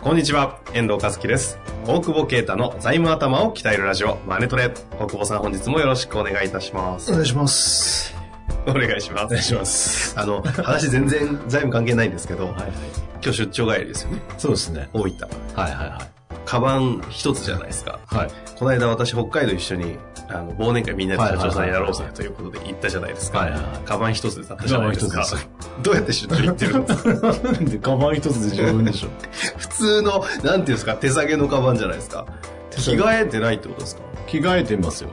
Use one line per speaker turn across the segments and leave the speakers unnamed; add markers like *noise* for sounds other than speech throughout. こんにちは、遠藤和樹です。大久保啓太の財務頭を鍛えるラジオ、マネトレ。大久保さん、本日もよろしくお願いいたしま
お
す。
願いします。
お願いします。お願いします。あの、話全然財務関係ないんですけど、
はいはい。
今日出張帰りですよね。
そうですね。
大分。
はいはい
カバン一つじゃないですか。
はい。はい。
この間私、北海道一緒に、あの、忘年会みんなで社長さんやろうぜ
はいはいはいはい
ということで行ったじゃないですか。
はいはいはい
カバン一つでだったじゃないですか
カバン一つ。
どうやって出張行ってるんですか *laughs*
なんで、カバン一つで十分でしょ。
普通の、なんていうんですか、手提げのカバンじゃないですか。
手
着
提げ
替えてないってことですか
着替えてますよ。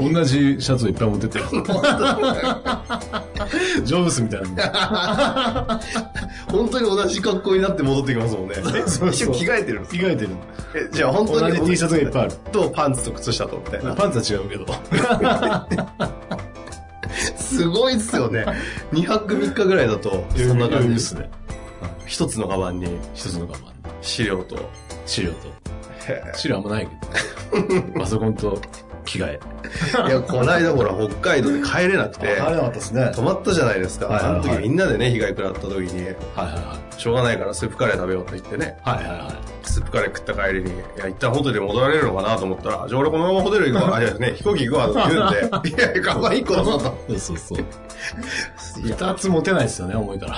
同じシャツをいっぱい持って *laughs* ってる。ジョブスみたいな。
本当に同じ格好になって戻ってきますもんね。
*laughs* そう
一緒着替えてるんです
着替えてる。
えじゃあ本当
同
に
じ T シャツがいっぱいある。
とパンツと靴下とみたいな。
パンツは違うけど。
すごいっすよね。2泊3日ぐらいだと、そんな
余
感
裕
じ
で
ですす。
ね。
一つのカバンに
一つのカバン。
資料と。
資料と。資料あんまないけど。パソコンと着替え。
いや、こないだほら、北海道で帰れなくて、
なかったですね。はい
泊まったじゃないですか。
はいはいはい
あの時みんなでね、被害食らった時に、
はいはい。
しょうがないからスープカレー食べようって言ってね、
はいはいはい。
スープカレー食った帰りに、いや、一旦ホテルに戻られるのかなと思ったら、じゃあ俺このままホテル行く
*laughs*
わ、あ、いやね、飛行機行くわって言うんで、いや、カバン1個だぞと。
そうそうそう。二つ持て *laughs* ないですよね、重いから。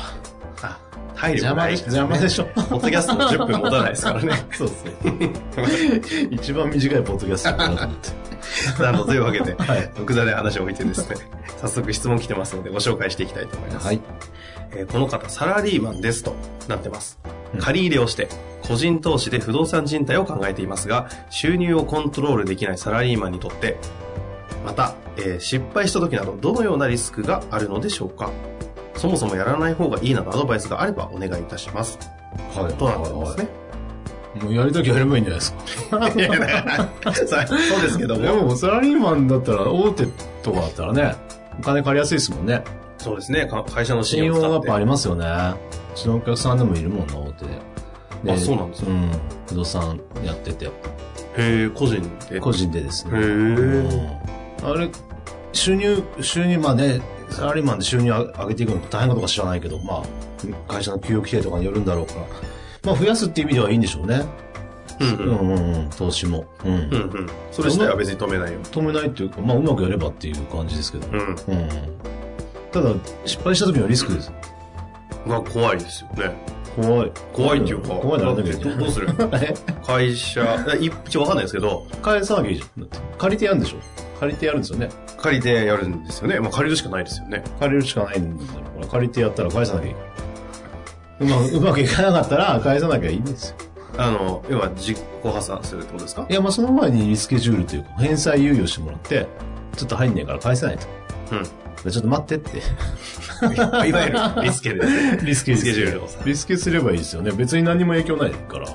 あ体力
邪魔
ない
でしょ。邪魔でしょ。
ポッドキャストも10分持たないですからね。
*laughs* そうですね。一番短いポッドキャストだなと思っ
*laughs*
て。
なのというわけで、
はい
独座で話を置いてですね、早速質問来てますのでご紹介していきたいと思います。
はい。
えーこの方、サラリーマンですとなってます。借り入れをして、個人投資で不動産人貸を考えていますが、収入をコントロールできないサラリーマンにとって、また、えー失敗した時など、どのようなリスクがあるのでしょうかそもそもやらない方がいいなどアドバイスがあればお願いいたします。
はい
となってますね。
もうやりときやればいいんじゃないですか。
いやいや *laughs* さそうですけど
で
も。
も、サラリーマンだったら、大手とかだったらね、お金借りやすいですもんね。
そうですね。か会社の信
信
用
用がや
を
っ
使
ぱあ
って。
りますよね。うちのお客さんでもいるもんな、大手で。
あそうなんですね
うん。不動産やってて、
へえ、個人で。
個人でです
へ
ね。
え。
うんあれ、収入、収入、まあね、サラリーマンで収入上げていくの大変なことか知らないけど、まあ、会社の給与規定とかによるんだろうから、まあ、増やすっていう意味ではいいんでしょうね。
うん
う
うんん。
うんうん、投資も。うん。
うんうん。それ自体は別に止めないよ。
止めないっていうか、まあ、うまくやればっていう感じですけど。
うん。
うん。ただ、失敗した時のリスクです。
が怖いですよね。
怖い。
怖いっていうか。
怖いな、
だ
だ
っ
け
て
ど
ど
ね
どうする *laughs*
え
会社、い一応わかんないですけど、
返さなきゃいいじゃん。だって借りてやるんでしょ借りてやるんですよね。
借りてやるんですよね。まあ借りるしかないですよね。
借りるしかないんだから、借りてやったら返さなきゃいいから。うまうまくいかなかったら返さなきゃいいんですよ。
あの、要は実行破産するってことですか
いや、まあその前にリスケジュールというか、返済猶予してもらって、ちょっと入んねえから返せないと。
*laughs* う
ちょっと待ってって。
ん。いわゆるリスケですね。
*laughs* リスケ
リスケジュールをさ
リスケすればいいですよね。別に何も影響ないから。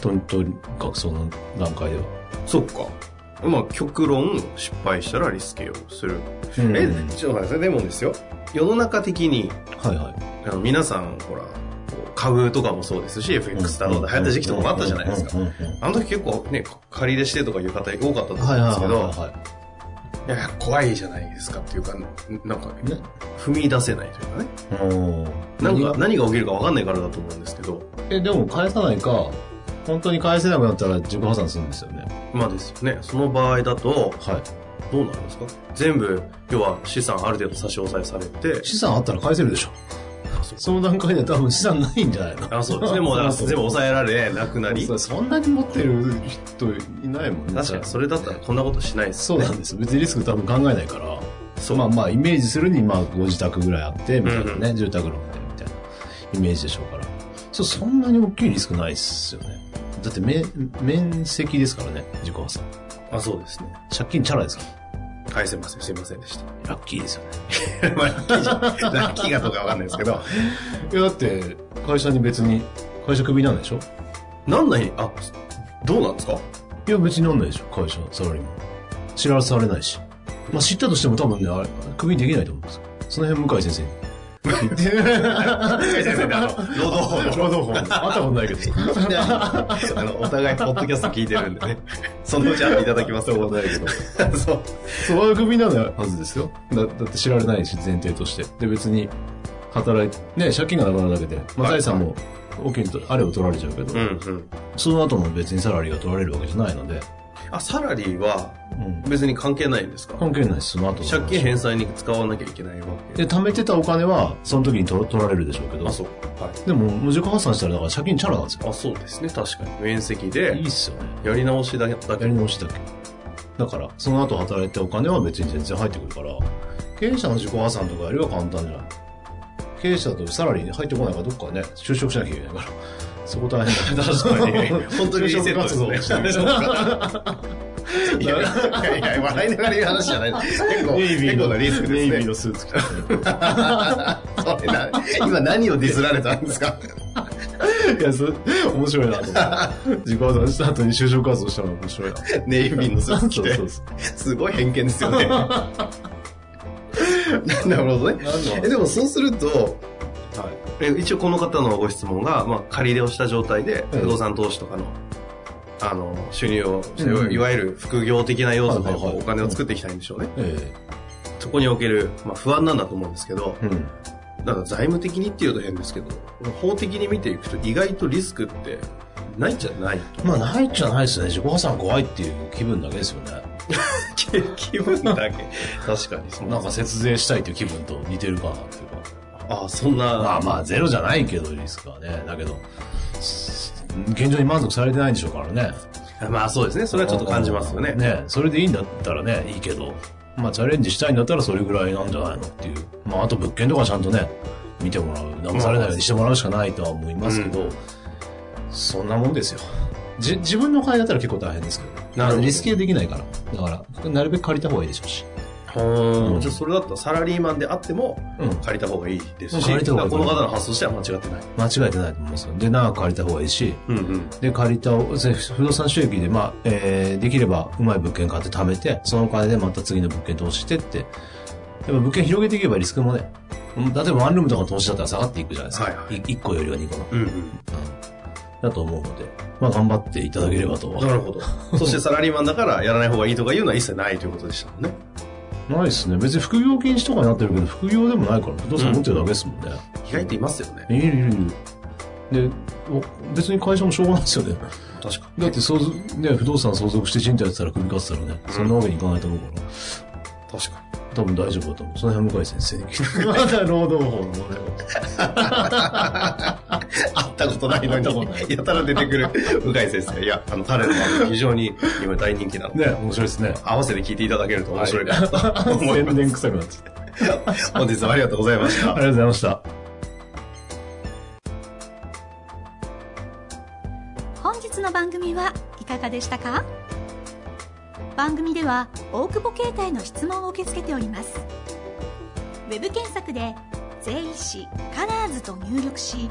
とにとにかくその段階では。
そっか。まあ極論失敗したらリスケをする。え、ちょっと待ってください。でもですよ。世の中的に、
はいはい。
あの皆さん、ほら、こう株とかもそうですし、FX だろうって流行った時期とかもあったじゃないですか。
うんうんうんうん
あの時結構ね、借り入れしてとかいう方多かったと思
はい
うん
は
で
い
すけど、
はい
や、怖いじゃないですかっていうか、なんか、
いはい。ね。
踏み出せないというかね。
うん
何が、何が起きるか分かんないからだと思うんですけど、
え、でも返さないか、本当に返せなくなったら自己破産するんですよね。
まあですよね、その場合だと、
はい。
どうなるんですか全部、要は資産ある程度差し押さえされて、
資産あったら返せるでしょ。その段階では多分資産ないんじゃないの
あ *laughs* そうですね、も
*laughs*
うだから全部抑えられなくなり、
そうそんなに持ってる人いないもんね。
確かにそれだったらこんなことしないです
そ
よ
う
ね。
なんです。別にリスク多分考えないから。そうまあまあ、イメージするに、まあ、ご自宅ぐらいあって、みたいなね、
うん
住宅ローンで、みたいなイメージでしょうから。そう、そんなに大きいリスクないっすよね。だって、め、面積ですからね、自己破産。
あ、そうですね。
借金チャラですから。
返せません。すいませんでした。
ラッキーですよね。
*laughs* まあラッキーじゃラッキーがとかわかんないですけど、
いや、だって、会社に別に、会社クビになんないでしょ
なんない、あ、どうなん *laughs* ですか
いや、別になんないでしょ、会社、サラリーマン。知らされないし。まあ、知ったとしても多分ね、あれ、クビにできないと思うんですよ。その辺、向井先生 *laughs* に。
先生ねあの、労働法の。
労働法。 *laughs* 会ったことないけど。
であ *laughs* のあの、お互いポッドキャスト聞いてるんでね、そのうち会っていただきます。
ないけ
*laughs*
ど。
そう。
そうはクビにならないはずですよ。だだって知られないし、前提として。で、別に、働いて、ね、借金がなくなるだけで、まあ、
はい
財産も、大きにとあれを取られちゃうけど、
うんうん。
その後も別にサラリーが取られるわけじゃないので、
あ、サラリーは
うん
別に関係ないんですか
関係ないです、その後の話
借金返済に使わなきゃいけないわけ。
で、貯めてたお金は、その時に取取られるでしょうけど
あ、、そうか。はい。
でも、無軸破産したら、だから借金チャラなんですよ。
あ、そうですね。確かに。面積
い
で
いっ、すよね。
やり直しだけ。だ
や
け
り直しだけ。だから、その後働いてお金は別に全然入ってくるから、経営者の自己破産とかよりは簡単じゃん。経営者だとサラリーに入ってこないから、どっかね、就職しなきゃいけないから。そこ大変だね。
確かに。 *laughs* 本当に
就
リセ
職
ット
活動を
で
し
す
て
ね。
る
そうか *laughs* いやいやいや、笑いながら言う話じゃない。結構、
ネイビー
結構
の
なリスク
ネイ
で
ビー
すね。
のス
*laughs*
ーツ着
そ
て。
れな今何をディスられたんですか
いや、そ面白いなと思って。自己破産した後に就職活動したら面白いな。
ネイビーのスーツ着て
そ。うそうそう
*laughs* すごい偏見ですよ
*laughs*
ね。なるほどね。えでもそうすると、え一応この方のご質問が、まあ、借り入れをした状態で
うん
不動産投資とかの,、あの収入を、
うんうん
いわゆる副業的な要素で
はいはいはい
お金を作っていきたいんでしょうね、
え
そこにおける、まあ、不安なんだと思うんですけど
えうん。
なんか財務的にっていうと変ですけど法的に見ていくと意外とリスクってないんじゃ
*laughs*
ない
まあ、ないっちゃないですね。自己破産怖いっていう気分だけですよね。
と気分だけ *laughs* 確かにそ
なんか節税したいという気分と似てるかなっていうか。
ああそんな
まあまあ、ゼロじゃないけど、リスクはね。だけど、す現状に満足されてないんでしょうからね。
まあそうですね。それはちょっと感じますよね。
ね。それでいいんだったらね、いいけど、まあチャレンジしたいんだったらそれぐらいなんじゃないのっていう。まああと物件とかちゃんとね、見てもらう、騙されないようにしてもらうしかないとは思いますけど、そんなもんですよ。じ自分の会だったら結構大変ですけどね。
なるほど
リスケできないから。だから、なるべく借りた方がいいでしょうし。
う
うんん
じゃあそれだったらサラリーマンであっても
うん。
借りた方がいいです
うん
し、
借りた方がいい
だからこの方の発想としては間違ってない。
間違えてないと思いますよ。で、長く借りた方がいいし、
うんうん。
で、借りた、ぜ不動産収益で、まあ、えーできれば、うまい物件買って貯めて、そのお金でまた次の物件投資してって、やっぱ物件広げていけばリスクもね、うん例えばワンルームとかの投資だったら下がっていくじゃないですか。
はいはい
1個よりは2個の。
うんうん。
だと思うので、まあ、頑張っていただければと。
なるほ
*laughs*
ど。そしてサラリーマンだからやらない方がいいとかいうのは一切ないということでしたもんね。
ないですね。別に副業禁止とかになってるけど、副業でもないから、不動産持ってるだけですもんね。
意外といますよね。
いるいるいる。で、お別に会社もしょうがないですよね。
確か
だって相続、ね、不動産相続して賃貸やってたら組み勝ってたらね、そんなわけにいかないと思うから。
に。確かに。
多分大丈夫だと思う。その辺向井先生に聞 *laughs* く。まだ労働法の問題を。
会ったことないの
*laughs* 会ったことな
に、やたら出てくる向井先生。いや、あの、タレントは非常に今大人気なので。
ね、面白いですね。
合わせて聞いていただけると面
*laughs*
白いなと思いま
宣伝臭くなっちゃった。
す。本日はありがとうございました
あ。りがとうございました。
本日の番組はいかがでしたか番組では大久保携帯の質問を受け付けておりますウェブ検索で「税理士カラーズと入力し